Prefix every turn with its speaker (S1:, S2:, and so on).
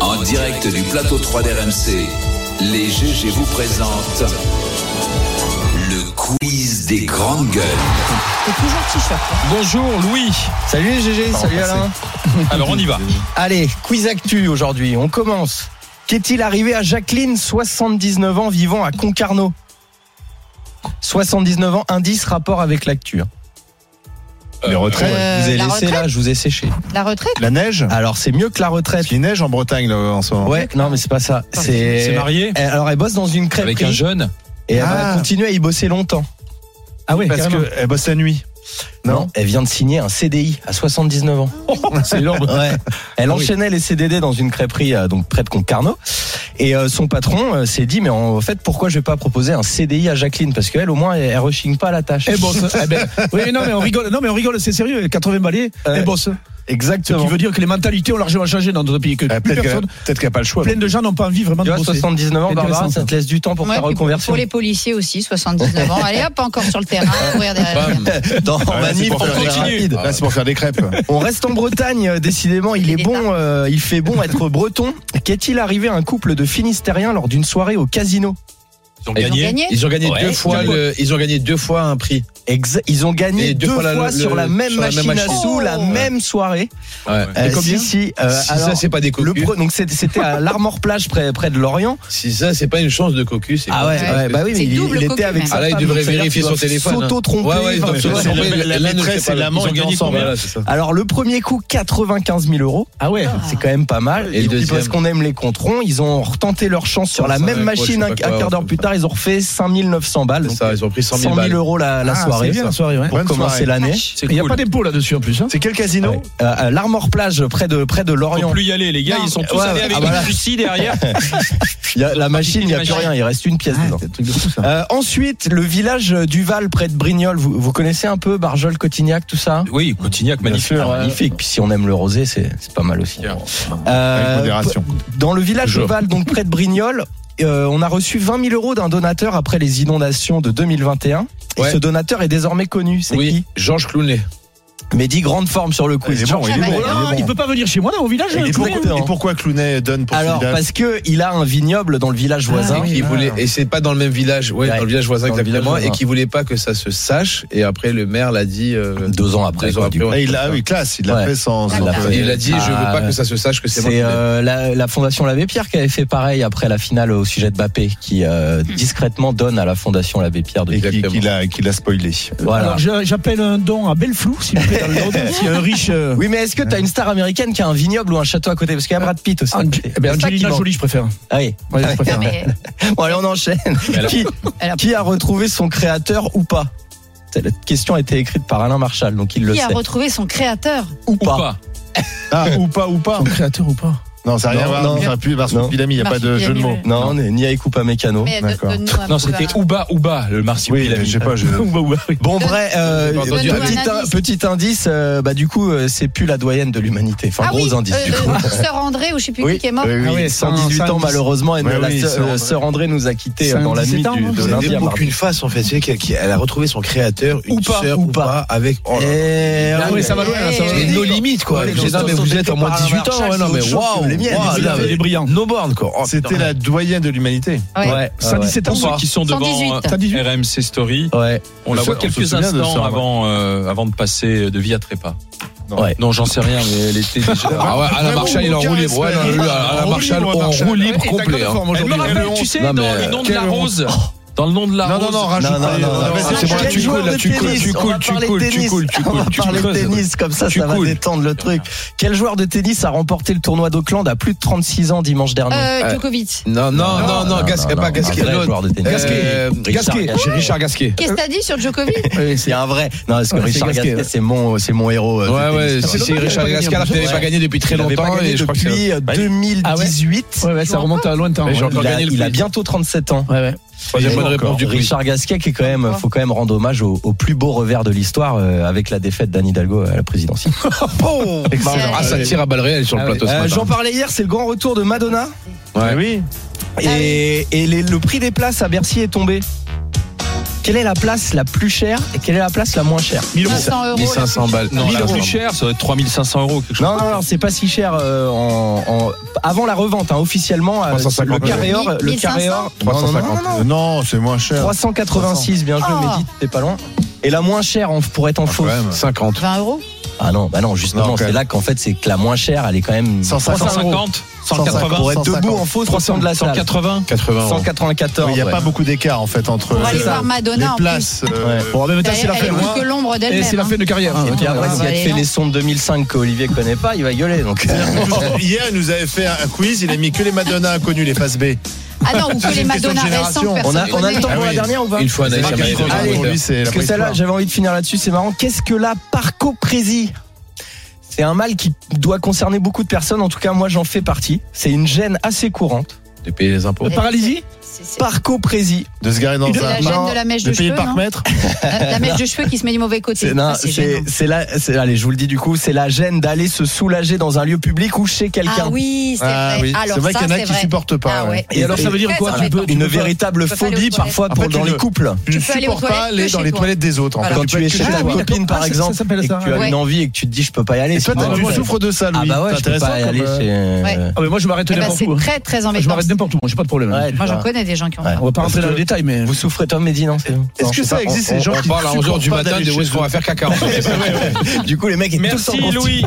S1: En direct du plateau 3 d'RMC, les GG vous présentent le quiz des grandes gueules.
S2: T'es toujours t-shirt. hein.
S3: Bonjour Louis.
S4: Salut les GG, salut
S3: passer.
S4: Alain.
S3: Alors on y va.
S4: Allez, quiz actu aujourd'hui, on commence. Qu'est-il arrivé à Jacqueline, 79 ans, vivant à Concarneau 79 ans, indice rapport avec
S3: Euh,
S4: l'actu. hein.
S3: Les
S2: retraites. Euh,
S4: je vous ai
S2: la
S4: laissé
S2: retraite
S4: là, je vous ai séché.
S2: La retraite
S5: La neige
S4: Alors c'est mieux que la retraite.
S5: Parce qu'il neige en Bretagne là, en ce moment.
S4: Ouais, non mais c'est pas ça.
S3: C'est
S4: C'est.
S3: marié
S4: Elle- Alors elle bosse dans une crêperie
S3: avec un jeune.
S4: et elle va
S5: Ah.
S4: continuer à y bosser longtemps. Ah oui,
S5: Parce qu'elle bosse la nuit.
S4: Non, elle vient de signer un CDI à 79 ans. C'est énorme. Ouais. Elle enchaînait les CDD dans une crêperie euh, donc près de Concarneau et euh, son patron euh, s'est dit mais en fait pourquoi je vais pas proposer un CDI à Jacqueline parce qu'elle au moins elle, elle rechigne pas la tâche.
S6: Eh bosse. Eh ben, oui, mais non, mais on rigole. Non, mais on rigole, c'est sérieux. 80 balais,
S4: Euh,
S6: eh bosse. Ce
S4: Exactement.
S6: qui veut dire que les mentalités ont largement changé dans notre pays. Que
S5: Ah,
S6: plus
S5: Peut-être qu'elle
S6: personne,
S5: peut-être qu'elle a pas le choix.
S6: plein de gens n'ont pas envie vraiment
S4: Tu
S6: de
S4: vois,
S6: bosser.
S4: 79 ans, Barbara,
S6: Intéressant,
S4: ça
S6: ça.
S4: te laisse du temps pour
S2: Ouais,
S4: ta
S2: puis
S4: reconversion.
S2: Pour les policiers aussi, 79 ans. Allez hop, encore sur le terrain, courir derrière.
S3: Bam.
S4: Dans
S5: Ah, là, c'est
S4: Manif,
S5: pour
S4: on
S5: faire
S4: est
S5: des-
S4: rapide.
S5: Là, c'est pour faire des crêpes.
S4: On reste en Bretagne, euh, décidément, il
S2: Il
S4: est
S2: est
S4: bon, euh, il fait bon être breton. Qu'est-il arrivé à un couple de Finistériens lors d'une soirée au casino
S3: Ils ont
S2: Ils ont gagné
S7: Ils ont gagné
S3: Ouais.
S7: deux fois le- ils ont gagné deux fois un prix.
S4: Exa- Ils ont gagné
S7: Et
S4: deux,
S7: deux
S4: fois,
S7: fois la- le-
S4: sur la même
S7: sur la même
S4: machine à
S7: machine.
S4: sous, la
S2: Oh.
S4: même soirée.
S7: Ouais.
S4: Euh,
S7: Et
S4: si,
S7: combien
S4: si, euh,
S7: Si
S4: alors,
S7: ça c'est pas des
S4: le
S7: cocus,
S4: pro- donc c'était c'était à l'Armor Plage près, près de Lorient.
S7: si ça c'est pas une chance de cocu, c'est
S4: Ah
S7: pas-
S4: ouais,
S7: c'est-
S4: ouais, bah oui, mais
S2: C'est
S4: il,
S2: double
S4: il était
S2: cocu,
S4: avec
S2: même.
S4: sa
S7: Ah là, il
S4: femme,
S7: devrait
S4: c'est-à-dire qu'il
S7: vérifier son
S4: doit
S7: téléphone, hein.
S4: S'auto-tromper.
S7: Ouais, ouais, ils
S4: Enfin,
S7: doivent se
S4: tu vois,
S7: tromper.
S4: c'est-
S7: La- la maîtresse et l'amant,
S3: ils
S7: ils
S3: ont gagné
S7: sont ensemble.
S3: combien
S7: Voilà, c'est ça.
S4: Alors le premier coup 95 000 euros. Ah ouais, c'est quand même pas mal. Et
S7: Et le
S4: puis
S7: deuxième Ah,
S4: parce qu'on aime les controns, ils ont retenté leur chance sur la
S7: Ça,
S4: même
S7: ouais,
S4: machine
S7: je
S4: un,
S7: sais pas
S4: un
S7: quoi,
S4: quart d'heure
S7: ouais.
S4: plus tard, ils ont refait 5900 balles.
S7: C'est
S4: Donc,
S7: ça, ils ont pris 100 000 balles.
S4: euros la, la
S6: Ah,
S4: soirée
S6: C'est bien la soirée, ouais. Ah,
S4: pour
S5: Bonne
S4: commencer
S5: soirée.
S4: l'année.
S6: Il n'y a pas d'impôt là-dessus en plus. Hein.
S5: C'est quel casino
S4: Ouais. Euh, à L'Armor Plage près de près de
S3: Faut
S4: Lorient.
S3: plus y aller les gars,
S2: Non.
S3: ils sont tous
S4: Ouais,
S3: allés
S4: ouais.
S3: avec
S4: Ah,
S3: une
S4: voilà.
S3: Russie derrière.
S4: Il y a la machine, il n'y a plus
S3: machine.
S4: rien, il reste une pièce dedans.
S6: Ah, C'est un truc de fou, ça.
S4: Euh, ensuite, le village du Val près de Brignoles, vous, vous connaissez un peu Barjol, Cotignac, tout ça
S3: Oui, Cotignac
S4: Bien
S3: magnifique.
S4: sûr, magnifique. Puis si on aime le rosé, c'est c'est pas mal aussi.
S3: Bien.
S4: Euh,
S5: Avec modération.
S4: dans le village de
S7: Toujours.
S4: Val, donc près de Brignoles, euh, on a reçu 20 000 euros d'un donateur après les inondations de 2021. Et
S7: Ouais.
S4: ce donateur est désormais connu. C'est
S7: Oui, Georges Clounet.
S4: qui Mehdi, grande forme sur le coup.
S5: Il est bon, il est
S2: Clounet.
S5: bon,
S6: Oh là,
S5: il est
S6: il
S5: bon.
S6: peut pas venir chez moi là, au village.
S5: Et
S6: euh,
S5: pourquoi-
S6: Clouet.
S4: Clounet,
S5: Et pourquoi Clounet donne pour
S4: Alors,
S5: Trinidad
S4: parce que il a un vignoble dans le village
S2: Ah,
S4: voisin.
S7: et qui voulait, et c'est pas dans le même village, ouais,
S4: Ouais.
S7: dans le village voisin
S4: Dans le
S7: exactement,
S4: village
S7: et qui voulait pas que ça se sache. Et après, le maire l'a dit. euh,
S4: Deux ans après.
S7: Deux
S4: quoi,
S7: ans
S4: du
S7: après,
S4: coup.
S7: ouais.
S5: Et il l'a, oui, classe, il l'a
S4: Ouais.
S5: fait sans.
S2: Il
S5: sans-
S2: l'a
S4: fait.
S7: Il a dit, je veux
S4: Ah,
S7: pas que ça se sache que c'est moi. qui
S4: C'est
S7: l'ai-
S4: euh, la, la Fondation L'Abbé Pierre qui avait fait pareil après la finale au sujet de Bappé, qui euh, discrètement donne à la Fondation L'Abbé Pierre de
S5: Et qui-
S7: Exactement.
S5: qui l'a qui l'a spoilé.
S4: Voilà.
S6: Alors je- j'appelle un don à Belleflou, s'il vous plaît, dans le Landes, s'il y a un riche. euh,
S4: Oui, mais est-ce que t'as une star américaine qui a un vignoble ou un château à côté Parce qu'il y a Brad Pitt
S2: Ah,
S4: aussi. à
S6: Ange-
S4: côté.
S6: eh
S4: C'est
S6: ben,
S4: ça qui
S6: Angelina
S4: manque.
S6: Jolie, je préfère.
S4: Ah oui.
S6: Ouais, je
S2: Non,
S6: préfère.
S2: mais
S4: Bon, allez, on enchaîne.
S3: Elle a-
S4: Qui,
S2: elle a-
S4: qui a retrouvé son créateur ou pas La question a été écrite par Alain Marshall, donc il le
S2: qui a
S4: sait.
S2: retrouvé son créateur
S4: Ou
S3: Ou
S4: pas.
S3: pas.
S5: Ah, ou pas, ou pas.
S6: Son créateur ou pas
S5: Non, ça n'a rien
S4: Non,
S5: à
S4: non.
S5: voir. Ça pue Marsupilami, il n'y a pas de jeu de mots.
S2: Marsupilami,
S4: Non, on est ni avec ou pas Mécano.
S2: Mais euh, donne-
S5: D'accord.
S2: donne-nous un
S3: Non,
S2: peu
S3: c'était
S2: un-
S3: Ouba Ouba le
S5: Oui,
S3: marsupial.
S5: je sais pas, je.
S4: Bon, bref, euh,
S7: J'ai pas entendu.
S4: petit,
S2: Donne-nous un
S4: in-
S2: indice.
S4: petit indice, euh, bah, du coup, euh, c'est plus la doyenne de l'humanité. Enfin,
S2: Ah
S4: gros
S2: oui,
S4: indice,
S2: euh,
S4: du coup.
S2: euh, Sœur André ou je sais plus
S4: Oui. Euh,
S2: qui qui est mort.
S5: Oui,
S6: Ah
S5: oui.
S6: ouais,
S4: 118 ans, malheureusement, et
S5: Ouais,
S4: la
S5: oui,
S4: sœur,
S5: sœur
S4: euh,
S5: André.
S4: sœur André nous a quittés euh, dans la
S6: 117
S4: nuit
S6: ans,
S4: du,
S6: hein,
S4: de
S6: vous
S4: lundi
S7: C'est
S4: à mardi.
S7: aucune face en fait, c'est qu'elle qui- elle a retrouvé son créateur, une
S4: Ou pas,
S7: sœur
S4: ou
S7: ou
S4: pas.
S7: pas, avec. oh là là.
S4: Eh,
S6: Ah oui,
S4: ouais.
S6: ça va loin, là, ça va
S2: Eh,
S6: loin.
S7: C'est nos limites quoi.
S4: Ouais, les
S7: Je dis, non,
S4: restos
S7: mais
S4: sont
S7: vous êtes
S4: écrits
S7: en moins
S4: par
S7: de 18 ans,
S4: Alain
S7: ouais, non mais
S4: Marshall, c'est
S7: waouh,
S4: autre chose que les miennes,
S7: waouh,
S4: les
S7: là,
S4: miennes.
S7: les brillants. No born quoi. Oh,
S5: C'était
S7: putain.
S5: la doyenne de l'humanité.
S2: Ouais.
S4: Ouais, Ah ouais.
S6: 117 ans.
S3: Pour ceux qui sont devant
S2: 118.
S3: euh, RMC Story,
S4: Ouais.
S3: on la
S5: Se-
S3: voit
S5: on se
S3: quelques
S5: souvient de ça,
S3: instants
S5: moi.
S3: avant euh, avant de passer de vie à trépas.
S5: Non.
S4: Ouais.
S3: Non, j'en sais rien, mais elle était déjà.
S7: Ah ouais, Alain Marshall, il est en roue libre. Ouais, non, lui, Alain Marshall, en roue libre complet. hein.
S3: Elle me rappelle, tu sais,
S7: Non,
S3: dans
S7: mais,
S3: le
S7: euh,
S3: nom de la
S5: quelle honte.
S3: rose. Dans le nom de la
S5: Non,
S3: rose.
S5: non, non, rajoute.
S4: Non, non,
S5: pas,
S4: Ah, non,
S5: euh,
S4: non, Ah,
S5: vas-y,
S7: non,
S5: c'est bon,
S7: quel
S5: tu
S7: joueur
S5: coules, là, tu coules, tu
S4: on
S5: coules.
S4: va
S7: tu
S4: parler
S7: coules, tu
S4: tennis.
S7: coules, tu
S4: On va
S7: coules, tu
S4: parler
S7: creuses.
S4: tennis, comme ça,
S7: Tu
S4: ça va
S7: coules.
S4: détendre le truc. Quel joueur de tennis a remporté le tournoi d'Auckland à plus de 36 ans dimanche dernier
S2: Euh,
S7: Ouais.
S2: Djokovic.
S7: Non, non, non, non, Gasquet, pas Gasquet,
S4: un vrai
S7: l'autre.
S4: joueur de tennis.
S7: Euh,
S4: Richard
S7: Gasquet,
S4: Gasquet.
S7: c'est Richard Gasquet.
S2: Qu'est-ce que t'as dit sur Djokovic
S4: C'est un vrai. Non, parce que
S6: Ouais, c'est
S4: Richard
S6: Gasquet,
S4: Gasquet,
S6: ouais.
S4: c'est mon, c'est mon héros. euh,
S7: Ouais,
S4: de
S7: ouais,
S4: tennis.
S7: si, si, Richard Gasquet, alors qu'il n'avait pas gagné depuis très
S4: Il avait pas
S7: longtemps,
S4: gagné
S7: et je crois que c'est.
S4: depuis euh, 2018.
S6: Ouais, ouais, ça remonte à lointain.
S7: Mais
S6: ouais.
S7: genre-
S4: Il a,
S7: gagné le
S4: il a
S7: plus.
S4: bientôt 37 ans.
S6: Ouais, ouais.
S7: Troisième bonne réponse du quiz.
S4: Richard Gasquet, qui est quand même, faut quand même rendre hommage au, au plus beau revers de l'histoire euh, avec la défaite d'Anne Hidalgo à la présidentielle.
S2: Euh,
S7: Ah, ça tire à balles réelles sur le plateau ce
S4: Euh, J'en
S7: matin.
S4: parlais hier, c'est le grand retour de Madonna.
S7: Ouais.
S4: Et, et les- le prix des places à Bercy est tombé. Quelle est la place la plus chère et quelle est la place la moins chère
S2: 500 euros.
S7: 1500 balles. Non,
S3: la
S7: là,
S3: plus
S7: non.
S3: chère, ça doit être 3500 euros, quelque chose.
S4: Non, non, non, c'est pas si cher euh, en, en- avant la revente, hein, officiellement. euh,
S5: 350
S4: le carré or, le
S2: 1500
S4: carré or, non, non, non,
S5: 350.
S4: non, non,
S5: Non, c'est moins cher.
S4: 386, bien joué,
S2: Oh.
S4: Mehdi, t'es pas loin. Et la moins chère, on pourrait être en faux.
S5: Ah, quand même.
S7: 50.
S2: 20 euros
S4: Ah non, bah non, justement,
S5: Non, quand
S4: c'est
S5: même.
S4: là qu'en fait, c'est que la moins chère, elle est quand même.
S6: Ah,
S5: 150.
S3: 150,
S4: pour
S3: 180,
S4: être
S5: 150.
S4: debout en faux, 300 de la salle.
S3: 180.
S7: 80 euros.
S4: 194.
S5: Il n'y a
S4: ouais.
S5: pas beaucoup d'écart en fait entre
S2: pour
S5: euh,
S2: aller
S4: ça.
S2: voir
S5: les
S2: Madonna en plus.
S5: places. euh,
S4: Ouais.
S6: Bon, en même temps,
S2: Elle,
S6: c'est la
S2: elle est
S6: fin.
S2: plus que l'ombre
S7: Et c'est
S2: d'elle-même.
S7: la
S2: hein.
S7: fête de carrière.
S4: Et puis après,
S2: Ah,
S4: s'il a
S2: bah,
S4: fait
S2: non.
S4: les sons de 2005 qu'Olivier connaît pas, il va gueuler. Donc, euh,
S5: Hier, il nous avait fait un quiz, il a mis que les Madonna inconnues, les faces B.
S2: Ah non, ou que les
S5: une question de
S2: Madonna récentes,
S5: génération.
S4: on a,
S2: personne
S4: on a le temps
S2: connaît.
S4: pour
S5: Ah
S4: la
S5: oui.
S4: dernière ou pas
S7: Il faut
S5: C'est
S7: analyser
S5: pas quelque chose
S4: Américaine.
S5: pour lui, c'est la
S4: Parce que celle-là,
S5: préhistoire.
S4: j'avais envie de finir là-dessus, c'est marrant. Qu'est-ce que la parcoprésie C'est un mal qui doit concerner beaucoup de personnes, en tout cas moi j'en fais partie. C'est une gêne assez courante.
S3: De payer les impôts.
S6: La Euh, paralysie
S2: C'est- c'est-
S4: Parcoprésie.
S5: De se garer dans
S2: De la
S5: un
S2: gêne
S5: Non,
S2: de la mèche de
S5: payer
S2: cheveux,
S5: par
S2: non
S5: mètre.
S2: La, la mèche de cheveux qui se met du mauvais côté.
S4: C'est non,
S2: Ah, c'est
S4: c'est-
S2: gênant.
S4: c'est la, c'est- allez, je vous le dis du coup, c'est la gêne d'aller se soulager dans un lieu public ou chez quelqu'un.
S2: Ah oui, c'est
S5: Ah
S2: vrai.
S5: oui,
S2: Alors
S5: c'est vrai
S2: ça,
S5: qu'il y en a
S2: c'est
S5: qui
S2: vrai.
S5: supportent pas.
S2: Ah
S5: ouais.
S2: ouais.
S4: Et alors, ça veut
S6: dire quoi
S2: Très
S6: Tu peux-
S2: embêtant.
S6: tu
S4: Une
S6: peux pas-
S4: véritable
S2: peux pas aller aux
S4: phobie
S2: toilettes.
S4: parfois
S5: En
S4: pour
S5: fait,
S4: dans
S5: tu
S4: les
S5: le-
S4: couples.
S5: Tu ne
S2: peux aller aux
S5: supportes pas
S2: toilettes
S5: aller
S2: que
S5: dans
S2: chez
S5: les
S2: toi.
S5: toilettes des autres. en
S2: Voilà.
S5: fait.
S4: Quand
S5: Tu
S4: tu
S5: peux
S4: es
S5: être
S4: chez
S5: que
S4: ta
S5: toi.
S4: copine par
S6: Ah, ça
S4: exemple
S6: s'appelle
S4: et que
S6: ça,
S4: tu as
S2: ouais.
S4: une envie et que tu te dis je peux pas y aller.
S5: Et
S4: c'est
S5: toi, t'as-
S4: marrant.
S6: Ah,
S5: tu
S6: ouais.
S5: souffres de ça,
S4: Ah
S5: Louis.
S4: bah ouais,
S5: C'est
S4: je peux
S5: intéressant
S4: pas y aller
S5: comme, euh,
S4: chez. euh,
S2: Ouais.
S6: Ah, mais moi, je m'arrête
S2: Eh ben,
S6: n'importe
S2: c'est
S6: où. hein.
S2: très très
S6: Je
S2: embêtant.
S6: m'arrête n'importe où, j'ai pas de problème.
S4: Ah. ouais, tu
S2: Moi, j'en
S4: vois.
S2: connais des gens qui ont. fait.
S6: On va pas rentrer dans le détail, mais.
S4: Vous souffrez toi Mehdi non c'est bon.
S5: Est-ce que ça existe, les gens
S7: On
S5: qui
S7: parle à 11h du
S5: supportent pas
S7: matin
S5: d'aller
S7: de où
S5: chez
S7: est-ce qu'on va faire caca. en fait.
S4: Du coup les mecs ils sont tout le temps
S3: Merci
S4: constipés.
S3: Louis.